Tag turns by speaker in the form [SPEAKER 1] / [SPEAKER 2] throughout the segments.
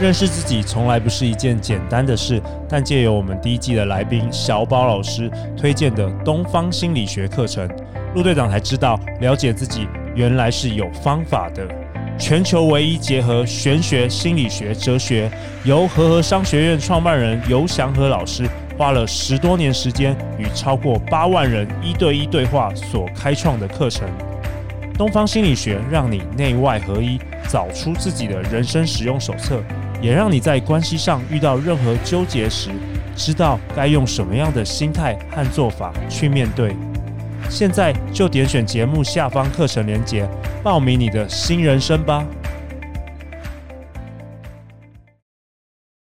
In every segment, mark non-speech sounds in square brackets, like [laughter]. [SPEAKER 1] 认识自己从来不是一件简单的事，但借由我们第一季的来宾小宝老师推荐的东方心理学课程，陆队长才知道，了解自己原来是有方法的。全球唯一结合玄学、心理学、哲学，由和和商学院创办人游祥和老师花了十多年时间与超过八万人一对一对话所开创的课程。东方心理学让你内外合一，找出自己的人生使用手册，也让你在关系上遇到任何纠结时，知道该用什么样的心态和做法去面对。现在就点选节目下方课程连结，报名你的新人生吧。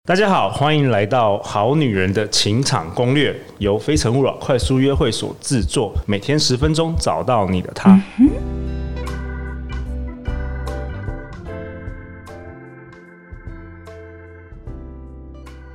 [SPEAKER 1] 大家好，欢迎来到《好女人的情场攻略》，由非诚勿扰快速约会所制作，每天十分钟，找到你的他。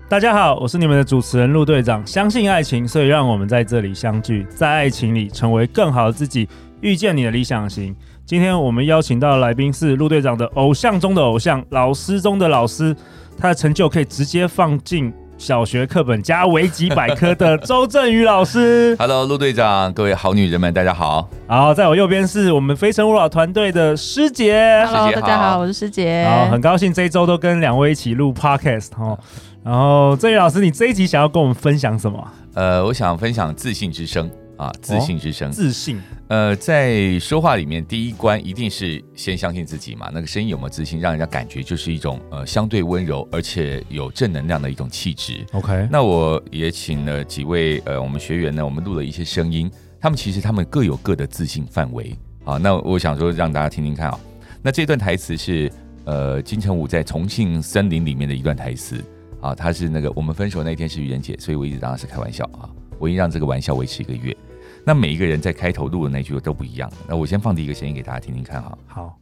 [SPEAKER 1] 大家好，我是你们的主持人陆队长。相信爱情，所以让我们在这里相聚，在爱情里成为更好的自己，遇见你的理想型。今天我们邀请到的来宾是陆队长的偶像中的偶像，老师中的老师，他的成就可以直接放进小学课本加维基百科的周振宇老
[SPEAKER 2] [laughs]
[SPEAKER 1] 师。
[SPEAKER 2] Hello，陆队长，各位好女人们，大家好。
[SPEAKER 1] 好，在我右边是我们非诚勿扰团队的师姐。
[SPEAKER 2] 师
[SPEAKER 3] Hello，
[SPEAKER 2] 姐
[SPEAKER 3] 大家
[SPEAKER 2] 好
[SPEAKER 3] 好，我是师姐。
[SPEAKER 1] 好，很高兴这一周都跟两位一起录 podcast 哦。然后振宇老师，你这一集想要跟我们分享什么啊？
[SPEAKER 2] 呃，我想分享自信之声啊，自信之声。
[SPEAKER 1] 自信。
[SPEAKER 2] 呃，在说话里面，第一关一定是先相信自己嘛。那个声音有没有自信，让人家感觉就是一种呃相对温柔，而且有正能量的一种气质。
[SPEAKER 1] OK，
[SPEAKER 2] 那我也请了几位呃，我们学员呢，我们录了一些声音，他们其实他们各有各的自信范围啊。那我想说让大家听听看啊、那这段台词是呃金城武在重庆森林里面的一段台词啊，他是那个我们分手那天是愚人节，所以我一直当他是开玩笑啊，我已经让这个玩笑维持一个月。那每一个人在开头录的那句都不一样。那我先放第一个声音给大家听听看哈。
[SPEAKER 1] 好，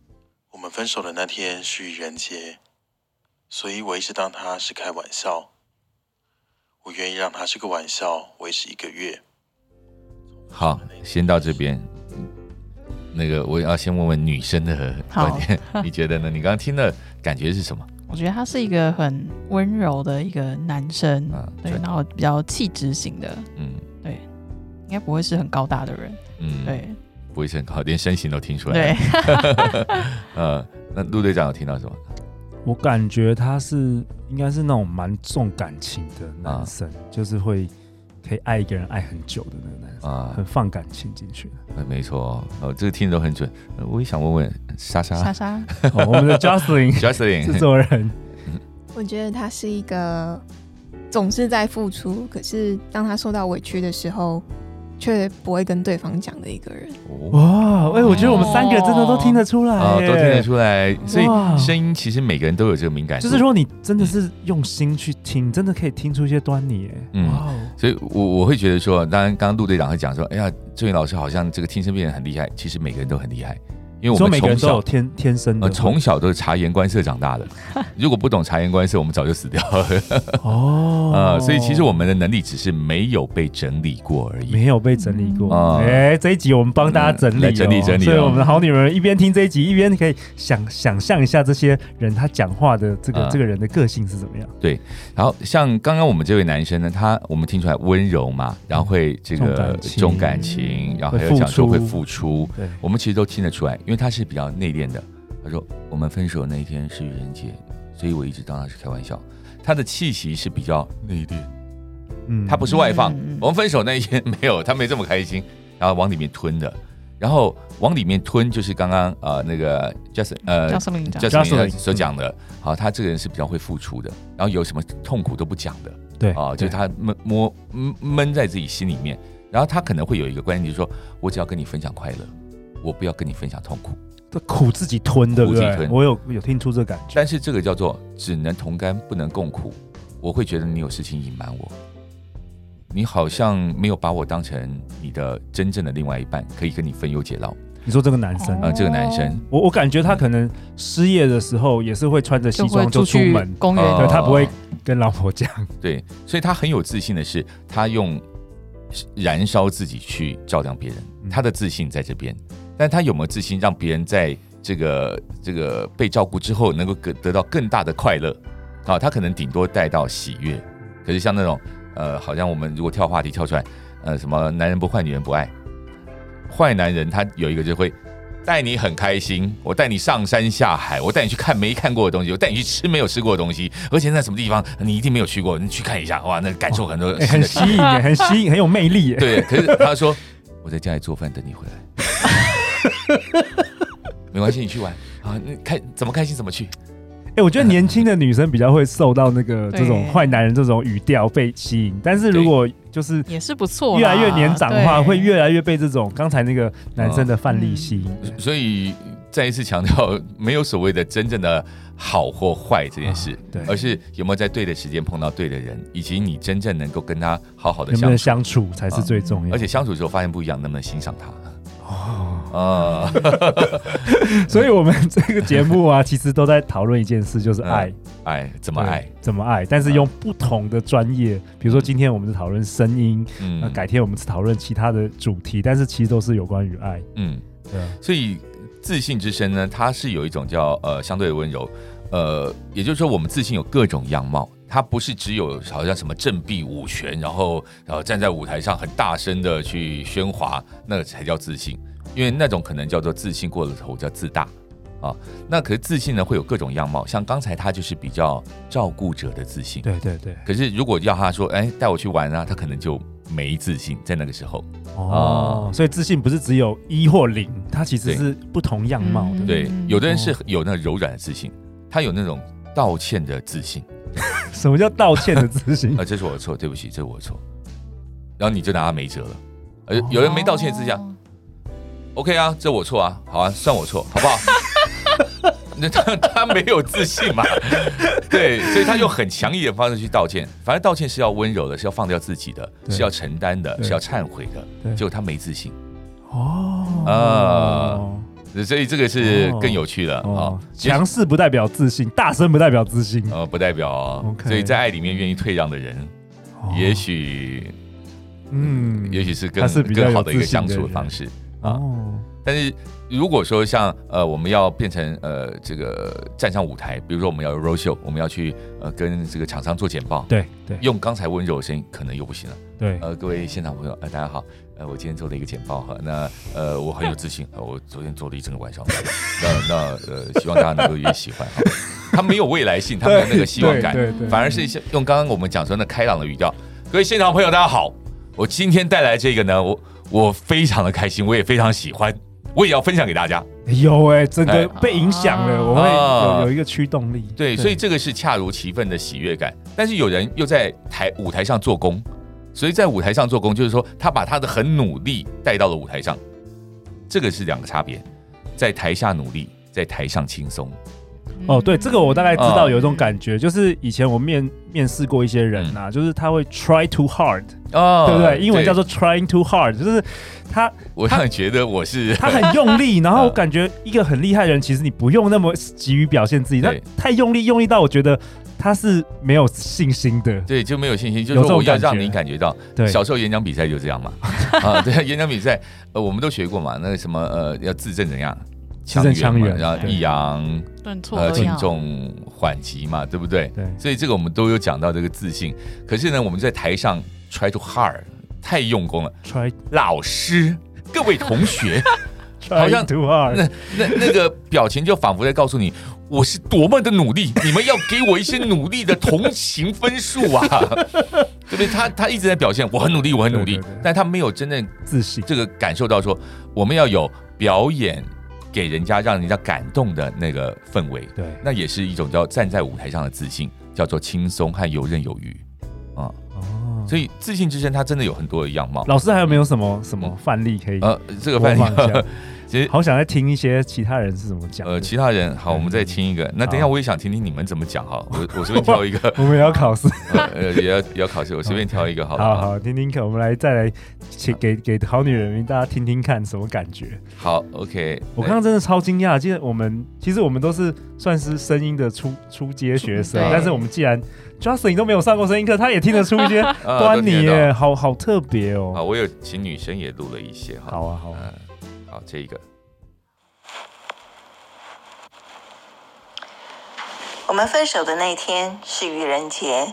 [SPEAKER 4] 我们分手的那天是愚人节，所以我一直当他是开玩笑。我愿意让他是个玩笑，维持一个月。
[SPEAKER 2] 好，先到这边。那个我要先问问女生的
[SPEAKER 3] 好
[SPEAKER 2] 观点， [laughs] 你觉得呢？你刚刚听的感觉是什么？
[SPEAKER 3] 我觉得他是一个很温柔的一个男生，
[SPEAKER 1] 嗯
[SPEAKER 2] 啊
[SPEAKER 3] 对，
[SPEAKER 2] 对
[SPEAKER 3] 然后比较气质型的，
[SPEAKER 2] 嗯
[SPEAKER 3] 应该不会是很高大的人，
[SPEAKER 2] 嗯，，
[SPEAKER 3] 对
[SPEAKER 2] 不会是很好，连身形都听出来。
[SPEAKER 3] 对，，
[SPEAKER 1] [laughs]
[SPEAKER 2] 呃，那陆队长有听到什么？
[SPEAKER 1] 我感觉他是应该是那种蛮重感情的男生，就是会可以爱一个人爱很久的那个男生，
[SPEAKER 2] 啊
[SPEAKER 1] 很放感情进去。
[SPEAKER 2] 呃没错，哦，这个听的都很准。呃我也想问问莎莎
[SPEAKER 3] 莎莎
[SPEAKER 1] 哦我们的 [laughs] Justin
[SPEAKER 2] ，Justin，
[SPEAKER 1] 制作人，
[SPEAKER 5] 我觉得他是一个总是在付出，可是当他受到委屈的时候，却不会跟对方讲的一个人。
[SPEAKER 2] 哦
[SPEAKER 1] 哇，哎，我觉得我们三个真的都听得出来，
[SPEAKER 2] 哦，
[SPEAKER 1] 耶
[SPEAKER 2] 都听得。出来，所以
[SPEAKER 1] 哇
[SPEAKER 2] 声音其实每个人都有这个敏感度。
[SPEAKER 1] 就是说，你真的是用心去听，真的可以听出一些端倪，哎，
[SPEAKER 2] 嗯
[SPEAKER 1] 哇哦，
[SPEAKER 2] 所以我我会觉得说，当然，刚刚陆队长会讲说，哎呀，郑云老师好像这个听声辨人很厉害，其实每个人都很厉害，因为我
[SPEAKER 1] 说
[SPEAKER 2] 们
[SPEAKER 1] 每个
[SPEAKER 2] 从
[SPEAKER 1] 人都
[SPEAKER 2] 小
[SPEAKER 1] 有天天生的
[SPEAKER 2] 呃，从小都是察言观色长
[SPEAKER 1] [laughs]
[SPEAKER 2] 大的。如果不懂察言观色，我们早就死掉了。
[SPEAKER 1] 哦，
[SPEAKER 2] 呃，所以其实我们的能力只是没有被整理过而已。
[SPEAKER 1] 没有被整理过。
[SPEAKER 2] 嗯
[SPEAKER 1] 哎、这一集我们帮大家整理、哦
[SPEAKER 2] 嗯来整理整理哦
[SPEAKER 1] 所以我们的好女人一边听这一集，一边可以想想象一下这些人他讲话的这个、
[SPEAKER 2] 嗯
[SPEAKER 1] 这个人的个性是怎么样。
[SPEAKER 2] 然后像刚刚我们这位男生呢，他我们听出来温柔嘛，然后会这个
[SPEAKER 1] 重感情
[SPEAKER 2] 重感情，然后还有
[SPEAKER 1] 会付
[SPEAKER 2] 讲说
[SPEAKER 1] 出
[SPEAKER 2] 会付出，
[SPEAKER 1] 对，
[SPEAKER 2] 我们其实都听得出来，因为他是比较内敛的。他说我们分手那一天是愚人节，所以我一直当他是开玩笑。他的气息是比较内敛，
[SPEAKER 1] 嗯
[SPEAKER 2] 他不是外放。
[SPEAKER 3] 嗯
[SPEAKER 2] 我们分手那一天没有，他没这么开心，然后往里面吞的，然后往里面吞就是刚刚呃那个 Justin 呃
[SPEAKER 3] 叫什么名字啊？
[SPEAKER 2] Justin
[SPEAKER 1] Jocelyn，
[SPEAKER 2] 所讲的，好，他这个人是比较会付出的，然后有什么痛苦都不讲的
[SPEAKER 1] 对
[SPEAKER 2] 啊，就是他闷摸闷闷在自己心里面，然后他可能会有一个观念，就是说我只要跟你分享快乐，我不要跟你分享痛苦。
[SPEAKER 1] 对苦自己吞，对不
[SPEAKER 2] 苦自己
[SPEAKER 1] 对？
[SPEAKER 2] 吞
[SPEAKER 1] 我有有听出这感觉。
[SPEAKER 2] 但是这个叫做只能同甘不能共苦，我会觉得你有事情隐瞒我，你好像没有把我当成你的真正的另外一半，可以跟你分忧解劳。
[SPEAKER 1] 你说这个男生，
[SPEAKER 2] 啊、这个男生，
[SPEAKER 1] 我我感觉他可能失业的时候也是会穿着西
[SPEAKER 3] 就会
[SPEAKER 1] 装就出
[SPEAKER 3] 去
[SPEAKER 1] 门，嗯
[SPEAKER 3] 公园，
[SPEAKER 2] 哦
[SPEAKER 1] 对他不会跟老婆讲。
[SPEAKER 2] 对，所以他很有自信的是，他用燃烧自己去照亮别人
[SPEAKER 1] 嗯，
[SPEAKER 2] 他的自信在这边。但他有没有自信让别人在这个这个被照顾之后，能够得得到更大的快乐？啊，他可能顶多带到喜悦，可是像那种呃，好像我们如果跳话题跳出来，呃，什么男人不坏，女人不爱，坏男人他有一个就会带你很开心，我带你上山下海，我带你去看没看过的东西，我带你去吃没有吃过的东西，而且那什么地方你一定没有去过，你去看一下，哇，那感受很多
[SPEAKER 1] 哎
[SPEAKER 2] 新
[SPEAKER 1] 很
[SPEAKER 2] 的
[SPEAKER 1] 吸引耶，很吸引，很有魅力耶。
[SPEAKER 2] [laughs] 对，可是他说我在家里做饭等你回来， [laughs] 没关系，你去玩啊，你开怎么开心怎么去。
[SPEAKER 1] 哎、我觉得年轻的女生比较会受到那个
[SPEAKER 3] [laughs] 对
[SPEAKER 1] 这种坏男人这种语调被吸引，但是如果就是
[SPEAKER 3] 也是不错啦。
[SPEAKER 1] 越来越年长的话，
[SPEAKER 3] 对
[SPEAKER 1] 会越来越被这种刚才那个男生
[SPEAKER 2] 哦
[SPEAKER 1] 的范例吸引。
[SPEAKER 2] 所以再一次强调，没有所谓的真正的好或坏这件事，
[SPEAKER 1] 啊对
[SPEAKER 2] 而是有没有在对的时间碰到对的人，以及你真正能够跟他好好的
[SPEAKER 1] 能不
[SPEAKER 2] 相
[SPEAKER 1] 能
[SPEAKER 2] 处，哦
[SPEAKER 1] 相处才是最重要。
[SPEAKER 2] 而且相处之后发现不一样，能不能欣赏他？
[SPEAKER 1] 哦，
[SPEAKER 2] 啊、
[SPEAKER 1] [laughs] 所以我们这个节目啊，其实都在讨论一件事，就是爱，
[SPEAKER 2] 爱嗯怎
[SPEAKER 1] 怎
[SPEAKER 2] 么爱？嗯
[SPEAKER 1] 怎么爱，但是用不同的专业，比如说今天我们是讨论声音，
[SPEAKER 2] 嗯
[SPEAKER 1] 那、改天我们是讨论其他的主题，但是其实都是有关于爱。
[SPEAKER 2] 嗯，
[SPEAKER 1] 对啊，
[SPEAKER 2] 所以自信之身呢，它是有一种叫呃相对的温柔，呃，也就是说我们自信有各种样貌，它不是只有好像什么振臂舞拳，然后然后站在舞台上很大声的去喧哗，那才叫自信，因为那种可能叫做自信过了头，叫自大。啊，那可是自信呢，会有各种样貌，像刚才他就是比较照顾者的自信，
[SPEAKER 1] 对对对，
[SPEAKER 2] 可是如果要他说，哎，带我去玩啊，他可能就没自信，在那个时候，
[SPEAKER 1] 哦，
[SPEAKER 2] 啊
[SPEAKER 1] 所以自信不是只有一或零，它其实
[SPEAKER 2] 对
[SPEAKER 1] 是不同样貌的。
[SPEAKER 3] 嗯
[SPEAKER 2] 对，有的人是
[SPEAKER 1] 哦
[SPEAKER 2] 有那柔软的自信，他有那种道歉的
[SPEAKER 1] [laughs]
[SPEAKER 2] 自信，
[SPEAKER 1] 什么叫道歉的自信
[SPEAKER 2] [laughs] 啊、？这是我的错，对不起，这是我的错，然后你就拿他没辙了。呃，
[SPEAKER 1] 哦
[SPEAKER 2] 有人没道歉的自信、啊、
[SPEAKER 3] 哦
[SPEAKER 2] OK 啊，这我错啊，好啊，算我错，好不好？ [laughs] 那他他没有自信嘛？ [laughs] 对，所以他用很强硬的方式去道歉。反正道歉是要温柔的，是要放掉自己的，
[SPEAKER 1] 对
[SPEAKER 2] 是要承担的，
[SPEAKER 1] 对
[SPEAKER 2] 是要忏悔
[SPEAKER 1] 对
[SPEAKER 2] 的。结果他没自信，
[SPEAKER 1] 哦
[SPEAKER 2] 呃啊，所以这个是更有趣了啊、
[SPEAKER 1] 哦，
[SPEAKER 2] 也许
[SPEAKER 1] 强势不代表自信，大声不代表自信。
[SPEAKER 2] 呃，不代表哦
[SPEAKER 1] OK
[SPEAKER 2] 所以在爱里面愿意退让的人，
[SPEAKER 1] 哦
[SPEAKER 2] 也许
[SPEAKER 1] 嗯
[SPEAKER 2] 也许是
[SPEAKER 1] 他
[SPEAKER 2] 更
[SPEAKER 1] 是比较有
[SPEAKER 2] 更好的一个
[SPEAKER 1] 自信
[SPEAKER 2] 相
[SPEAKER 1] 的
[SPEAKER 2] 处的
[SPEAKER 1] 人
[SPEAKER 2] 方式。啊
[SPEAKER 1] 哦，
[SPEAKER 2] 但是如果说像呃，我们要变成呃这个站上舞台，比如说我们要 roll show，我们要去呃跟这个厂商做简报，
[SPEAKER 1] 对对
[SPEAKER 2] 用刚才温柔的声音可能又不行了。
[SPEAKER 1] 对，
[SPEAKER 2] 呃，各位现场朋友，呃，大家好，呃，我今天做了一个简报哈，那呃，我很有自信，呃我昨天做了一整个晚上， [laughs] 那那呃，希望大家能够也喜欢哈。他没有未来性，他没有那个希望感，
[SPEAKER 1] 对对对
[SPEAKER 2] 反而是一些用刚刚我们讲说那开朗的语调。各位现场朋友，大家好，我今天带来这个呢，我我非常的开心，我也非常喜欢，我也要分享给大家。
[SPEAKER 1] 有哎，真
[SPEAKER 2] 哎
[SPEAKER 1] 的被影响了，我会
[SPEAKER 2] 啊
[SPEAKER 1] 有有一个驱动力。
[SPEAKER 2] 对，所以这个是恰如其分的喜悦感。但是有人又在台舞台上做工，所以在舞台上做工，就是说他把他的很努力带到了舞台上，这个是两个差别，在台下努力，在台上轻松。
[SPEAKER 3] 嗯
[SPEAKER 1] 哦，对，这个我大概知道
[SPEAKER 2] 嗯
[SPEAKER 1] 有一种感觉，就是以前我面面试过一些人
[SPEAKER 2] 嗯
[SPEAKER 1] 啊，就是他会 try too hard，
[SPEAKER 2] 哦
[SPEAKER 1] 对不对？英文叫做 trying too hard，就是他
[SPEAKER 2] 我让你觉得我是
[SPEAKER 1] 他很用力，然后
[SPEAKER 2] [laughs] 嗯
[SPEAKER 1] 我感觉一个很厉害的人，其实你不用那么急于表现自己，他
[SPEAKER 2] 对。
[SPEAKER 1] 太用力，用力到我觉得他是没有信心的
[SPEAKER 2] 对就没有信心，就
[SPEAKER 1] 有这
[SPEAKER 2] 是说
[SPEAKER 1] 种
[SPEAKER 2] 我要
[SPEAKER 1] 感觉
[SPEAKER 2] 让你感觉到。
[SPEAKER 1] 对，
[SPEAKER 2] 小时候演讲比赛就
[SPEAKER 1] [laughs]
[SPEAKER 2] 这样嘛，啊，对，演讲比赛，呃，我们都学过嘛，那个什么，呃，要字正怎样，
[SPEAKER 1] 字正腔
[SPEAKER 2] 嘛
[SPEAKER 1] 圆
[SPEAKER 2] 然后
[SPEAKER 1] 对
[SPEAKER 2] 抑扬，
[SPEAKER 3] 顿挫
[SPEAKER 2] 呃，
[SPEAKER 3] 都
[SPEAKER 2] 轻
[SPEAKER 3] 要
[SPEAKER 2] 重缓急嘛，对不对？
[SPEAKER 1] 对
[SPEAKER 2] 所以这个我们都有讲到这个自信。可是呢，我们在台上 try to hard，太用功了。
[SPEAKER 1] try
[SPEAKER 2] 老师，各位同
[SPEAKER 1] [laughs]
[SPEAKER 2] 学，好
[SPEAKER 1] try
[SPEAKER 2] 像
[SPEAKER 1] too hard，
[SPEAKER 2] 那那那个表情就仿佛在告诉你，我是多么的努力，你们要给我一些努力的同情分
[SPEAKER 1] [laughs]
[SPEAKER 2] 数啊，对不对？他他一直在表现我很努力，我很努力，
[SPEAKER 1] 对对对
[SPEAKER 2] 但他没有真正
[SPEAKER 1] 自信。
[SPEAKER 2] 这个感受到说，我们要有表演给人家让人家感动的那个氛围，
[SPEAKER 1] 对，
[SPEAKER 2] 那也是一种叫站在舞台上的自信，叫做轻松和游刃有余。
[SPEAKER 1] 哦，
[SPEAKER 2] 所以自信之声，它真的有很多的样貌。
[SPEAKER 1] 老师还有没有什么什么范例可以
[SPEAKER 2] 呃，这个
[SPEAKER 1] 模
[SPEAKER 2] 范
[SPEAKER 1] 仿一
[SPEAKER 2] 例
[SPEAKER 1] 下，？
[SPEAKER 2] [laughs] 其实
[SPEAKER 1] 好想再听一些其他人是怎么讲的。
[SPEAKER 2] [laughs] 呃，其他人好，
[SPEAKER 1] 嗯
[SPEAKER 2] 我们再听一个。那等一下
[SPEAKER 1] 好，
[SPEAKER 2] 我也想听听你们怎么讲哈。我我随便挑一个
[SPEAKER 1] 我们也要考试，
[SPEAKER 2] 呃，也要也要考试，我随便挑一个好
[SPEAKER 1] 好
[SPEAKER 2] 了。
[SPEAKER 1] 好听听看，我们来再来请给给好女人们大家听听看什么感觉。
[SPEAKER 2] 好，OK。
[SPEAKER 1] 我刚刚真的超惊讶，记得我们其实我们都是算是声音的初初阶学生
[SPEAKER 3] 对，
[SPEAKER 1] 但是我们既然 Justin 都没有上过声音课，他也听得出一些
[SPEAKER 2] [laughs] 啊
[SPEAKER 1] 端倪。
[SPEAKER 2] 都听
[SPEAKER 1] 耶，
[SPEAKER 2] 得
[SPEAKER 1] 好好特别
[SPEAKER 2] 到好，
[SPEAKER 1] 哦。
[SPEAKER 2] 我有请女生也录了一些哈。
[SPEAKER 1] 好啊，好啊，
[SPEAKER 2] 嗯，好，这一个。
[SPEAKER 6] 我们分手的那天是愚人节，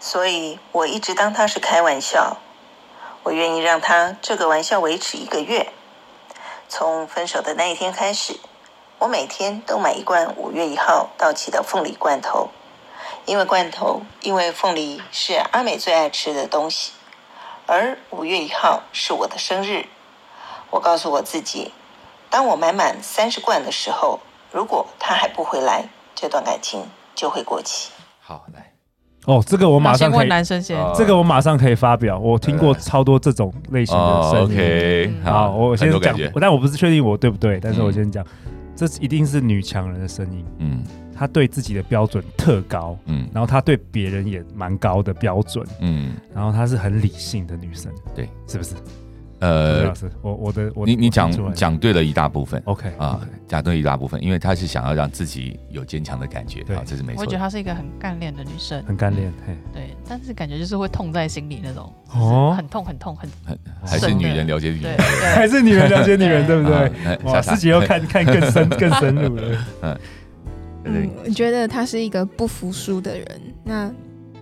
[SPEAKER 6] 所以我一直当他是开玩笑。我愿意让他这个玩笑维持一个月。从分手的那一天开始，我每天都买一罐五月一号到期的凤梨罐头，因为罐头，因为凤梨是阿美最爱吃的东西，而五月一号是我的生日。我告诉我自己，当我买满三十罐的时候，如果他还不回来，这段感情就会过期。
[SPEAKER 2] 好，来，
[SPEAKER 1] 哦，这个我马上
[SPEAKER 3] 先
[SPEAKER 1] 可以
[SPEAKER 3] 问，男生先，
[SPEAKER 2] 哦
[SPEAKER 1] 这个我马上可以发表。我听过超多这种类型的
[SPEAKER 2] 呃哦
[SPEAKER 1] 声音。
[SPEAKER 2] ，OK，
[SPEAKER 3] 嗯
[SPEAKER 1] 好，我
[SPEAKER 2] 很
[SPEAKER 1] 先
[SPEAKER 2] 有感
[SPEAKER 1] 讲
[SPEAKER 2] 觉，，
[SPEAKER 1] 但我不是确定我对不对，但是我
[SPEAKER 2] 嗯
[SPEAKER 1] 先讲，这一定是女强人的声音。
[SPEAKER 2] 嗯
[SPEAKER 1] 她对自己的标准特高，
[SPEAKER 2] 嗯
[SPEAKER 1] 然后她对别人也蛮高的标准，
[SPEAKER 2] 嗯，
[SPEAKER 1] 然后她是很理性的女生，
[SPEAKER 2] 对，
[SPEAKER 1] 是不是？呃，
[SPEAKER 2] 呃
[SPEAKER 1] 老，师，我我的我
[SPEAKER 2] 你你
[SPEAKER 1] 我听出来
[SPEAKER 2] 讲
[SPEAKER 1] 了
[SPEAKER 2] 讲对了一大部分。
[SPEAKER 1] OK
[SPEAKER 2] 啊
[SPEAKER 1] OK，，
[SPEAKER 2] 讲对了一大部分，因为他是想要让自己有坚强的感觉，
[SPEAKER 1] 对
[SPEAKER 2] 啊，这是没错
[SPEAKER 3] 我觉得
[SPEAKER 2] 的。
[SPEAKER 3] 她是一个很干练的女生，
[SPEAKER 1] 很干练，嘿，
[SPEAKER 3] 对，但是感觉就是会痛在心里那种，
[SPEAKER 1] 哦
[SPEAKER 3] 很痛很痛很，
[SPEAKER 2] 还是
[SPEAKER 3] 真的
[SPEAKER 2] 女人了解女
[SPEAKER 3] 对
[SPEAKER 1] [laughs]
[SPEAKER 2] 人，
[SPEAKER 1] 还
[SPEAKER 3] 对，
[SPEAKER 1] 是女人了解女人，对不对？
[SPEAKER 2] 啊？那
[SPEAKER 1] 哇，
[SPEAKER 2] 莎莎
[SPEAKER 1] 自己又看看更
[SPEAKER 2] [laughs]
[SPEAKER 1] 深更深入了，
[SPEAKER 2] 对
[SPEAKER 5] 嗯，我觉得他是一个不服输的人。那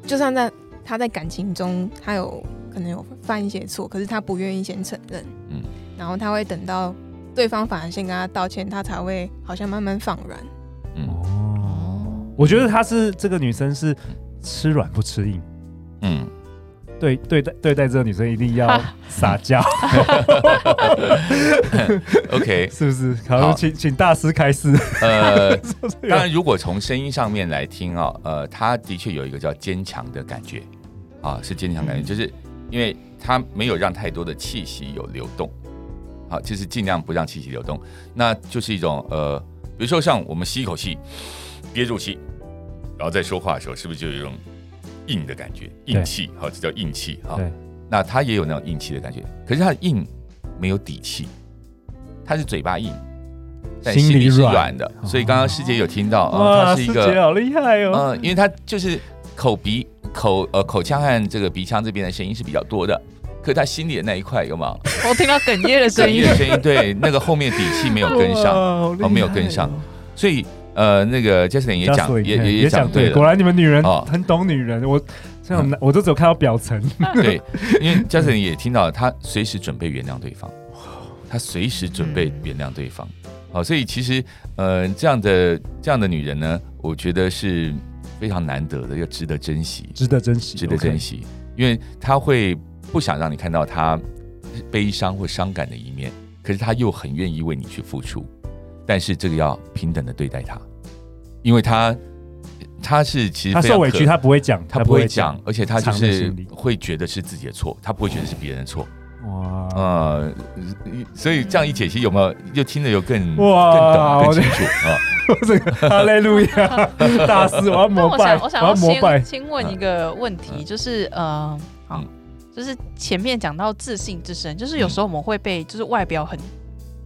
[SPEAKER 5] 就算在他在感情中，他有可能有犯一些错，可是他不愿意先承认，
[SPEAKER 2] 嗯
[SPEAKER 5] 嗯，然后他会等到对方反而先跟他道歉，他才会好像慢慢放软。
[SPEAKER 2] 嗯
[SPEAKER 1] 哦，我觉得她是这个女生是吃软不吃硬。
[SPEAKER 2] 嗯，
[SPEAKER 1] 对对待对待这个女生一定要撒
[SPEAKER 2] [laughs]
[SPEAKER 1] 娇，
[SPEAKER 2] OK，
[SPEAKER 1] 是不是？好，
[SPEAKER 2] 好
[SPEAKER 1] 请请大师开示。
[SPEAKER 2] [laughs] 呃，当然，如果从声音上面来听啊、呃，他的确有一个叫坚强的感觉，啊，是坚强感觉，就是因为他没有让太多的气息有流动，好、就是尽量不让气息流动，那就是一种呃，比如说像我们吸一口气，憋住气，然后再说话的时候，是不是就有一种硬的感觉，硬
[SPEAKER 1] 对
[SPEAKER 2] 气，好、这叫硬气啊。
[SPEAKER 1] 对，
[SPEAKER 2] 那他也有那种硬气的感觉，可是他的硬没有底气，他是嘴巴硬，但
[SPEAKER 1] 心里
[SPEAKER 2] 心里是
[SPEAKER 1] 软
[SPEAKER 2] 软的。所以刚刚师姐有听到，呃、
[SPEAKER 1] 哇，
[SPEAKER 2] 他
[SPEAKER 1] 师
[SPEAKER 2] 是一
[SPEAKER 1] 姐
[SPEAKER 2] 个，
[SPEAKER 1] 好厉害
[SPEAKER 2] 嗯、
[SPEAKER 1] 哦。
[SPEAKER 2] 因为他就是口鼻口呃口腔和这个鼻腔这边的声音是比较多的，可他心里的那一块有没有？
[SPEAKER 3] 我听到哽咽的声音
[SPEAKER 2] 这，个声音
[SPEAKER 3] [laughs]
[SPEAKER 2] 对那个后面底气啊没有跟上，
[SPEAKER 1] 上
[SPEAKER 2] 哦没有跟上所以呃那个 Justin 也讲也也
[SPEAKER 1] 哎也
[SPEAKER 2] 讲
[SPEAKER 1] 讲
[SPEAKER 2] 对
[SPEAKER 1] 对，
[SPEAKER 2] 了
[SPEAKER 1] 果，然你们女人
[SPEAKER 2] 哦
[SPEAKER 1] 很懂女人，我这种我都只有看到表
[SPEAKER 2] [laughs]
[SPEAKER 1] 层， [laughs]
[SPEAKER 2] 对，因为 Justin 也听到了，他随时准备原谅对方，他随时准备
[SPEAKER 1] 嗯
[SPEAKER 2] 原谅对方。好，所以其实，呃，这样的这样的女人呢，我觉得是非常难得的，要值得珍惜，
[SPEAKER 1] 值得珍惜，
[SPEAKER 2] 值得珍
[SPEAKER 1] 惜。
[SPEAKER 2] 惜，因为她会不想让你看到她悲伤或伤感的一面，可是她又很愿意为你去付出，但是这个要平等的对待她，因为她她是其实
[SPEAKER 1] 她
[SPEAKER 2] 非
[SPEAKER 1] 受
[SPEAKER 2] 常
[SPEAKER 1] 委
[SPEAKER 2] 可
[SPEAKER 1] 屈，她不会讲，
[SPEAKER 2] 他
[SPEAKER 1] 她
[SPEAKER 2] 不会讲，，而且他就
[SPEAKER 1] 藏在
[SPEAKER 2] 是
[SPEAKER 1] 心里
[SPEAKER 2] 会觉得是自己的错，他不会觉得是别人的错。
[SPEAKER 1] 哇，
[SPEAKER 2] 呃，所以这样一解析，有没有又听得有更
[SPEAKER 1] 哇
[SPEAKER 2] 嗯更懂、
[SPEAKER 1] 我
[SPEAKER 2] 更清楚啊？
[SPEAKER 1] 这个哈利路亚，大师，我要
[SPEAKER 3] 那
[SPEAKER 1] 膜
[SPEAKER 3] 我
[SPEAKER 1] 拜，
[SPEAKER 3] 想，我想
[SPEAKER 1] 要
[SPEAKER 3] 要
[SPEAKER 1] 膜拜
[SPEAKER 3] 先。先问一个问题，就是呃，好
[SPEAKER 2] 嗯，
[SPEAKER 3] 就是前面讲到自信之身，就是有时候我们会被就是外表很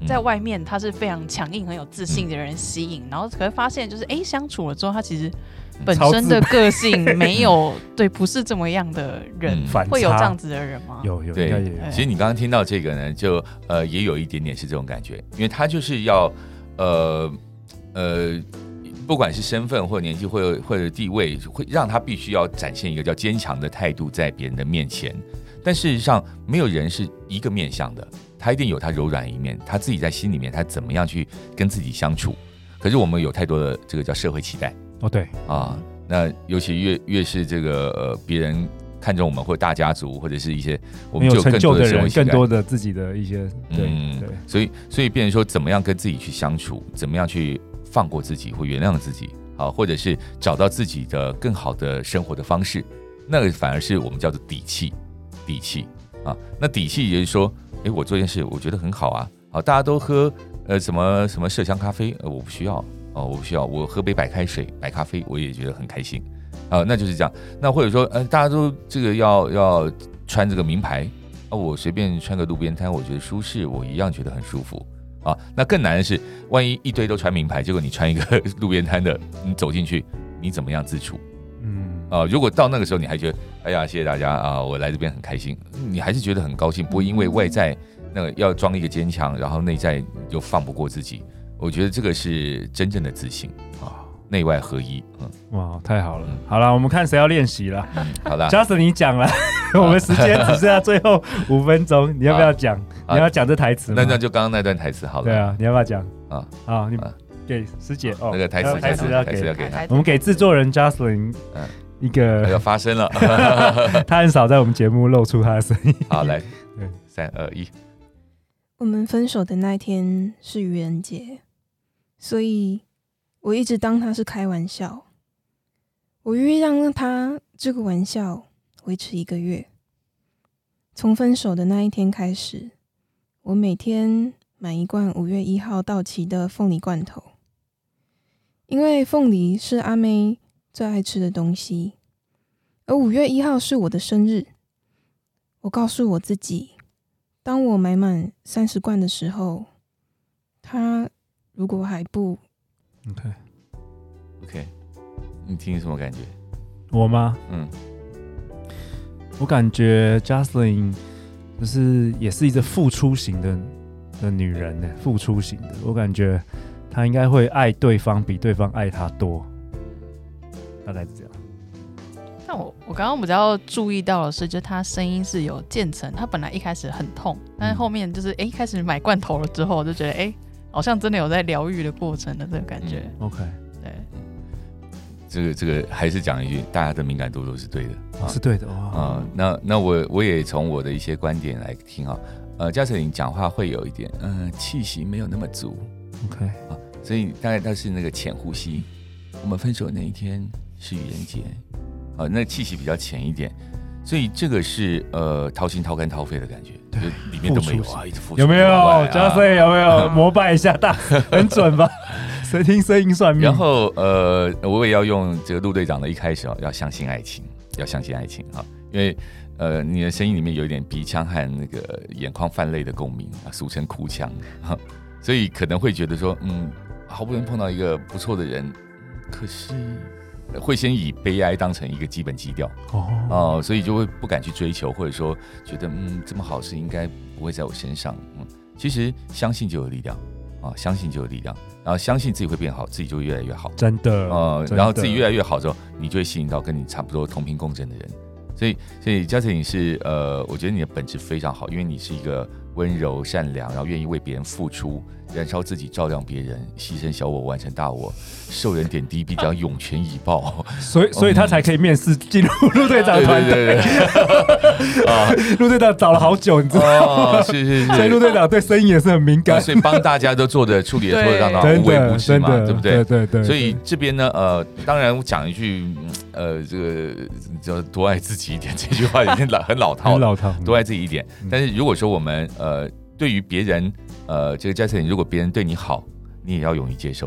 [SPEAKER 2] 嗯
[SPEAKER 3] 在外面他是非常强硬、很有自信的人吸引，然后可是发现就是哎、诶相处了之后，他其实
[SPEAKER 2] 嗯
[SPEAKER 3] 本
[SPEAKER 1] 超
[SPEAKER 3] 身
[SPEAKER 1] 自
[SPEAKER 3] 的
[SPEAKER 1] 卑
[SPEAKER 3] 个性没
[SPEAKER 2] [laughs]
[SPEAKER 3] 有对，不是这么样的人
[SPEAKER 2] 嗯，
[SPEAKER 1] 反
[SPEAKER 3] 会有
[SPEAKER 1] 差
[SPEAKER 3] 这样子哎的人吗？
[SPEAKER 1] 有有应
[SPEAKER 2] 对
[SPEAKER 1] 该也有，
[SPEAKER 2] 其实你刚刚听到这个呢，就呃也有一点点是这种感觉，因为他就是要呃呃，不管是身份或者年纪或者或者地位，会让他必须要展现一个叫坚强的态度在别人的面前。但事实上，没有人是一个面相的，他一定有他柔软的一面，他自己在心里面他怎么样去跟自己相处。可是我们有太多的这个叫社会期待。
[SPEAKER 1] 哦对，
[SPEAKER 2] 啊，那尤其越越是这个呃别人看重我们或大家族或者是一些我
[SPEAKER 1] 没
[SPEAKER 2] 们
[SPEAKER 1] 有
[SPEAKER 2] 就有
[SPEAKER 1] 成
[SPEAKER 2] 更
[SPEAKER 1] 就
[SPEAKER 2] 多
[SPEAKER 1] 的
[SPEAKER 2] 的社
[SPEAKER 1] 人
[SPEAKER 2] 会，
[SPEAKER 1] 更
[SPEAKER 2] 期待
[SPEAKER 1] 多的自己的一些，对
[SPEAKER 2] 嗯
[SPEAKER 1] 对，
[SPEAKER 2] 所以所以变成说怎么样跟自己去相处，怎么样去放过自己或原谅自己，好、或者是找到自己的更好的生活的方式，那个反而是我们叫做底气，底气啊，那底气也就是说，诶，我做一件事我觉得很好啊，好，大家都喝呃什么什么麝香咖啡，呃我不需要。哦，我不需要，我喝杯白开水、白咖啡，我也觉得很开心，啊、那就是这样。那或者说，呃，大家都这个要要穿这个名牌，啊，我随便穿个路边摊，我觉得舒适，我一样觉得很舒服啊。那更难的是，万一一堆都穿名牌，结果你穿一个 [laughs] 路边摊的，你走进去，你怎么样自处
[SPEAKER 1] 嗯，
[SPEAKER 2] 啊？如果到那个时候你还觉得，哎呀，谢谢大家啊，我来这边很开心，你还是觉得很高兴，不会因为外在那个要装一个坚强，然后内在又放不过自己。我觉得这个是真正的自信啊。内外合一。嗯，
[SPEAKER 1] 哇，太好了！好了，我们看谁要练习了。
[SPEAKER 2] 嗯
[SPEAKER 1] [laughs]
[SPEAKER 2] 好啦，
[SPEAKER 1] Justin，你讲了，我们时间只剩下最后五分钟，你要不要讲？
[SPEAKER 2] 好
[SPEAKER 1] 你要讲这台词吗？
[SPEAKER 2] 啊那那就刚刚那段台词好了。
[SPEAKER 1] 对啊，你要不要讲？
[SPEAKER 2] 啊，
[SPEAKER 1] 啊，你
[SPEAKER 2] 啊
[SPEAKER 1] 给师姐哦，
[SPEAKER 2] 那个台词
[SPEAKER 1] 还有台词要
[SPEAKER 2] 台词
[SPEAKER 1] 给
[SPEAKER 2] 要给他，
[SPEAKER 1] 我们给制作人 Justin
[SPEAKER 2] 嗯
[SPEAKER 1] 一
[SPEAKER 2] 要
[SPEAKER 1] 个，
[SPEAKER 2] 发声了。 [laughs]
[SPEAKER 1] 他很少在我们节目露出他的声音。
[SPEAKER 2] 好，来
[SPEAKER 1] 对，
[SPEAKER 2] 三二一，
[SPEAKER 5] 我们分手的那天是愚人节，所以我一直当它是开玩笑。我愿意让它这个玩笑维持一个月。从分手的那一天开始，我每天买一罐五月一号到期的凤梨罐头，因为凤梨是阿妹最爱吃的东西，而五月一号是我的生日。我告诉我自己，当我买满三十罐的时候，他如果还不
[SPEAKER 1] OK，
[SPEAKER 2] OK，你听什么感觉？
[SPEAKER 1] 我吗？
[SPEAKER 2] 嗯，
[SPEAKER 1] 我感觉 Justin 就是也是一个付出型的的女人呢，付出型的。我感觉她应该会爱对方比对方爱她多，大概是这样。
[SPEAKER 3] 但我我刚刚比较注意到的是，就他声音是有渐层，他本来一开始很痛，但是后面就是哎、诶开始买罐头了之后，就觉得哎、诶好像真的有在疗愈的过程的这个感觉。
[SPEAKER 1] OK，
[SPEAKER 3] 对，
[SPEAKER 2] 这个这个还是讲一句，大家的敏感度都是对的啊
[SPEAKER 1] 是对的哦哇。
[SPEAKER 2] 啊、那那我我也从我的一些观点来听啊，呃，嘉诚你讲话会有一点，嗯、气息没有那么足，
[SPEAKER 1] OK，
[SPEAKER 2] 所以大概他是那个浅呼吸。我们分手那一天是愚人节，啊，那气息比较浅一点，所以这个是呃掏心掏肝掏肺的感觉，就里面都没有
[SPEAKER 1] 付出
[SPEAKER 2] 啊，一直付出
[SPEAKER 1] 有没有
[SPEAKER 2] 往外啊
[SPEAKER 1] Justin 有没
[SPEAKER 2] [laughs]
[SPEAKER 1] 有膜拜一下大，很准吧？谁听声音算命？
[SPEAKER 2] 然后呃，我也要用这个陆队长的一开始哦，要相信爱情，要相信爱情啊，因为呃，你的声音里面有一点鼻腔和那个眼眶泛泪的共鸣啊，俗称哭腔，哈所以可能会觉得说，嗯，好不容易碰到一个不错的人，可是会先以悲哀当成一个基本基调
[SPEAKER 1] 哦，
[SPEAKER 2] 哦、所以就会不敢去追求，或者说觉得嗯，这么好事应该不会在我身上，嗯，其实相信就有力量啊，相信就有力量，然后相信自己会变好，自己就越来越好。
[SPEAKER 1] 真的，
[SPEAKER 2] 呃，
[SPEAKER 1] 真的
[SPEAKER 2] 然后自己越来越好之后，你就会吸引到跟你差不多同频共振的人。所以，所以嘉诚你是呃，我觉得你的本质非常好，因为你是一个温柔、善良，然后愿意为别人付出，燃烧自己，照亮别人，牺牲小我，完成大我，受人点滴必将涌泉以报。 [laughs]
[SPEAKER 1] 所以所以他才可以面试进入陆队长
[SPEAKER 2] 对
[SPEAKER 1] 团
[SPEAKER 2] 哦对
[SPEAKER 1] 队。
[SPEAKER 2] 对对，
[SPEAKER 1] 陆队长找了好久，你知道吗。
[SPEAKER 2] 哦，是是
[SPEAKER 1] [laughs] 所以陆
[SPEAKER 2] 是。
[SPEAKER 1] 队长对声音也是很敏
[SPEAKER 2] 啊
[SPEAKER 1] 感，
[SPEAKER 2] 所以帮大家都做的处理的妥妥当当，
[SPEAKER 1] 真
[SPEAKER 2] 无微不
[SPEAKER 1] 的，
[SPEAKER 2] 至
[SPEAKER 1] 真
[SPEAKER 2] 嘛，
[SPEAKER 1] 的，
[SPEAKER 2] 对不
[SPEAKER 1] 对？对对。
[SPEAKER 2] 所以这边呢，呃，当然我讲一句，嗯呃，这个叫多爱自己一点，这句话已经老很老套
[SPEAKER 1] 很
[SPEAKER 2] 了，
[SPEAKER 1] 老套，
[SPEAKER 2] 多爱自己一点
[SPEAKER 1] 嗯。
[SPEAKER 2] 但是如果说我们呃，对于别人呃，这个 j a s o n 如果别人对你好，你也要勇于接受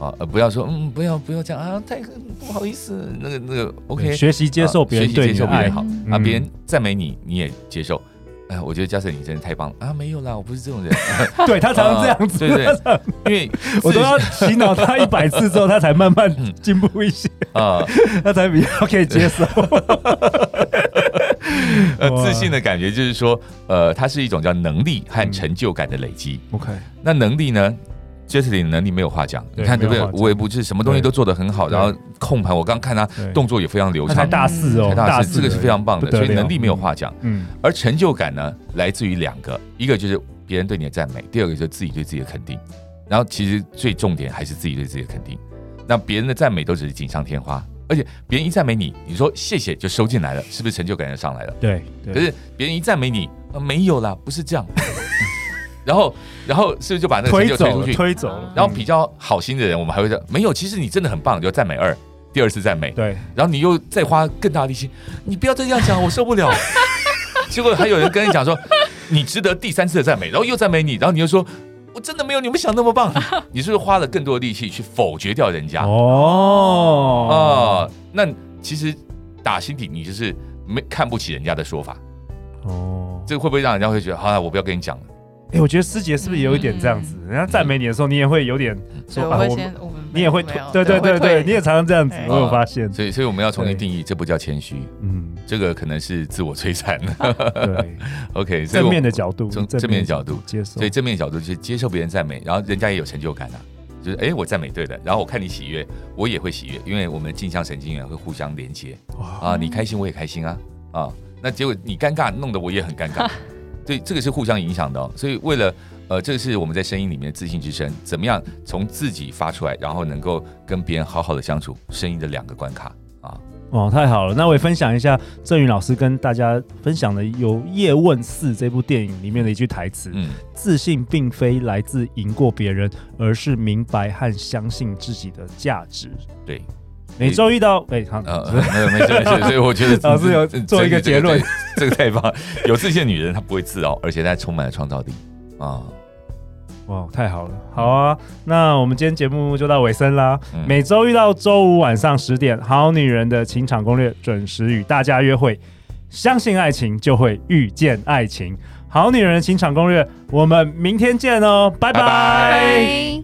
[SPEAKER 2] 啊，呃，不要说嗯，不要不要这样啊，太不好意思，那个那个
[SPEAKER 1] 对
[SPEAKER 2] OK，啊
[SPEAKER 1] 学习接受别人
[SPEAKER 2] 学习
[SPEAKER 1] 对
[SPEAKER 2] 接
[SPEAKER 1] 你
[SPEAKER 2] 受
[SPEAKER 1] 的
[SPEAKER 2] 别
[SPEAKER 1] 爱
[SPEAKER 2] 人好
[SPEAKER 1] 嗯
[SPEAKER 2] 啊，别人赞美你，你也接受。哎，我觉得 j a s o n 你真的太棒了啊！没有啦，我不是这种人，哦
[SPEAKER 1] 对他常常这样子，
[SPEAKER 2] 对对
[SPEAKER 1] 他常
[SPEAKER 2] 因为
[SPEAKER 1] [laughs] 我都要
[SPEAKER 2] 啊
[SPEAKER 1] 洗脑他一百次之后，他才慢慢
[SPEAKER 2] 嗯
[SPEAKER 1] 进步一
[SPEAKER 2] [laughs]
[SPEAKER 1] 些， [laughs]
[SPEAKER 2] 呃
[SPEAKER 1] 他才比较可以接受。哇
[SPEAKER 2] 呃，自信的感觉就是说，呃，它是一种叫能力和
[SPEAKER 1] 嗯
[SPEAKER 2] 成就感的累积。
[SPEAKER 1] OK，
[SPEAKER 2] 那能力呢 j e s s i e 的能力没有话讲，
[SPEAKER 1] 对
[SPEAKER 2] 你看对不
[SPEAKER 1] 没
[SPEAKER 2] 对
[SPEAKER 1] 有话？讲
[SPEAKER 2] 无微不至，什么东西都做得很好，
[SPEAKER 1] 对
[SPEAKER 2] 然后控盘，我刚看他
[SPEAKER 1] 对
[SPEAKER 2] 动作也非常流
[SPEAKER 1] 他才
[SPEAKER 2] 畅，
[SPEAKER 1] 大四哦，
[SPEAKER 2] 才大师，
[SPEAKER 1] 四
[SPEAKER 2] 这个是非常棒
[SPEAKER 1] 不
[SPEAKER 2] 的，
[SPEAKER 1] 得
[SPEAKER 2] 所
[SPEAKER 1] 了
[SPEAKER 2] 以能力没有话讲。
[SPEAKER 1] 嗯
[SPEAKER 2] 而成就感呢，来自于两个，一个就是别人对你的赞美，第二个就是自己对自己的肯定。然后其实最重点还是自己对自己的肯定。那别人的赞美都只是锦上添花，而且别人一赞美你，你说谢谢就收进来了，是不是成就感就上来了？
[SPEAKER 1] 对，
[SPEAKER 2] 可
[SPEAKER 1] 对，
[SPEAKER 2] 是别人一赞美你，呃没有啦，不是这样。 [laughs] 然后，然后是不是就把那个成
[SPEAKER 1] 推
[SPEAKER 2] 就推
[SPEAKER 1] 走
[SPEAKER 2] 出
[SPEAKER 1] 了
[SPEAKER 2] 去？
[SPEAKER 1] 推走了，嗯
[SPEAKER 2] 然后比较好心的人，我们还会说没有，其实你真的很棒，就赞美二，第二次赞美，
[SPEAKER 1] 对，
[SPEAKER 2] 然后你又再花更大的力气，你不要再这样讲，我受不
[SPEAKER 1] [laughs]
[SPEAKER 2] 了。结果还有人跟你讲说，你值得第三次的赞美，然后又赞美你，然后你又说，我真的没有你们想那么棒，你是不是花了更多的力气去否决掉人家？
[SPEAKER 1] 哦
[SPEAKER 2] 哦，那其实打心底你就是没看不起人家的说法，
[SPEAKER 1] 哦，
[SPEAKER 2] 这会不会让人家会觉得，好了，我不要跟你讲了？
[SPEAKER 1] 哎，我觉得师姐是不是也有一点这样子？人家赞美你的时候，你也会有点
[SPEAKER 3] 所
[SPEAKER 1] 说
[SPEAKER 3] 以我
[SPEAKER 1] 啊，
[SPEAKER 3] 会
[SPEAKER 1] 我
[SPEAKER 3] 先，我们
[SPEAKER 1] 你也会
[SPEAKER 3] 嗯没
[SPEAKER 1] 退
[SPEAKER 3] 有，
[SPEAKER 1] 对对对对，你也常常这样子
[SPEAKER 3] 对，
[SPEAKER 1] 我有发现。
[SPEAKER 2] 所以，所以我们要重
[SPEAKER 1] 嗯
[SPEAKER 2] 新
[SPEAKER 1] 对
[SPEAKER 2] 定义，这不叫谦虚，
[SPEAKER 1] 嗯，
[SPEAKER 2] 这个可能是自我摧残。 [laughs]
[SPEAKER 1] 对，
[SPEAKER 2] OK，所以
[SPEAKER 1] 正
[SPEAKER 2] 我
[SPEAKER 1] 面的角度，
[SPEAKER 2] 从正面的角度
[SPEAKER 1] 接受
[SPEAKER 2] 所以。正面角度就是接受别人赞美，然后人家也有成就感啊。就是哎，我赞美对了，然后我看你喜悦，我也会喜悦，因为我们镜像神经元会互相连接
[SPEAKER 1] 哇，
[SPEAKER 2] 啊，你开心我也开心啊啊，那结果你尴尬，弄得我也很尴尬，对，这个是互相影响的、哦，所以为了呃，这是我们在声音里面的自信之声，怎么样从自己发出来，然后能够跟别人好好的相处，声音的两个关卡啊，
[SPEAKER 1] 哦，太好了！那我也分享一下郑云老师跟大家分享的有《叶问四》这部电影里面的一句台词：
[SPEAKER 2] 嗯，
[SPEAKER 1] 自信并非来自赢过别人，而是明白和相信自己的价值。
[SPEAKER 2] 对，
[SPEAKER 1] 每周遇到哎，好，
[SPEAKER 2] 呃，没有没事没事，所以我觉得
[SPEAKER 1] 老师有
[SPEAKER 2] 这这
[SPEAKER 1] 做一个
[SPEAKER 2] 这
[SPEAKER 1] 结论
[SPEAKER 2] 这个这个太棒了，有自信的女人她不会自傲，而且她充满了创造力啊，
[SPEAKER 1] 哇，太好了！好啊，那我们今天节目就到尾声啦。
[SPEAKER 2] 嗯
[SPEAKER 1] 每周一到周五晚上十点，《好女人的情场攻略》准时与大家约会。相信爱情，就会遇见爱情。《好女人的情场攻略》，我们明天见哦，拜拜
[SPEAKER 2] 拜拜
[SPEAKER 3] 拜。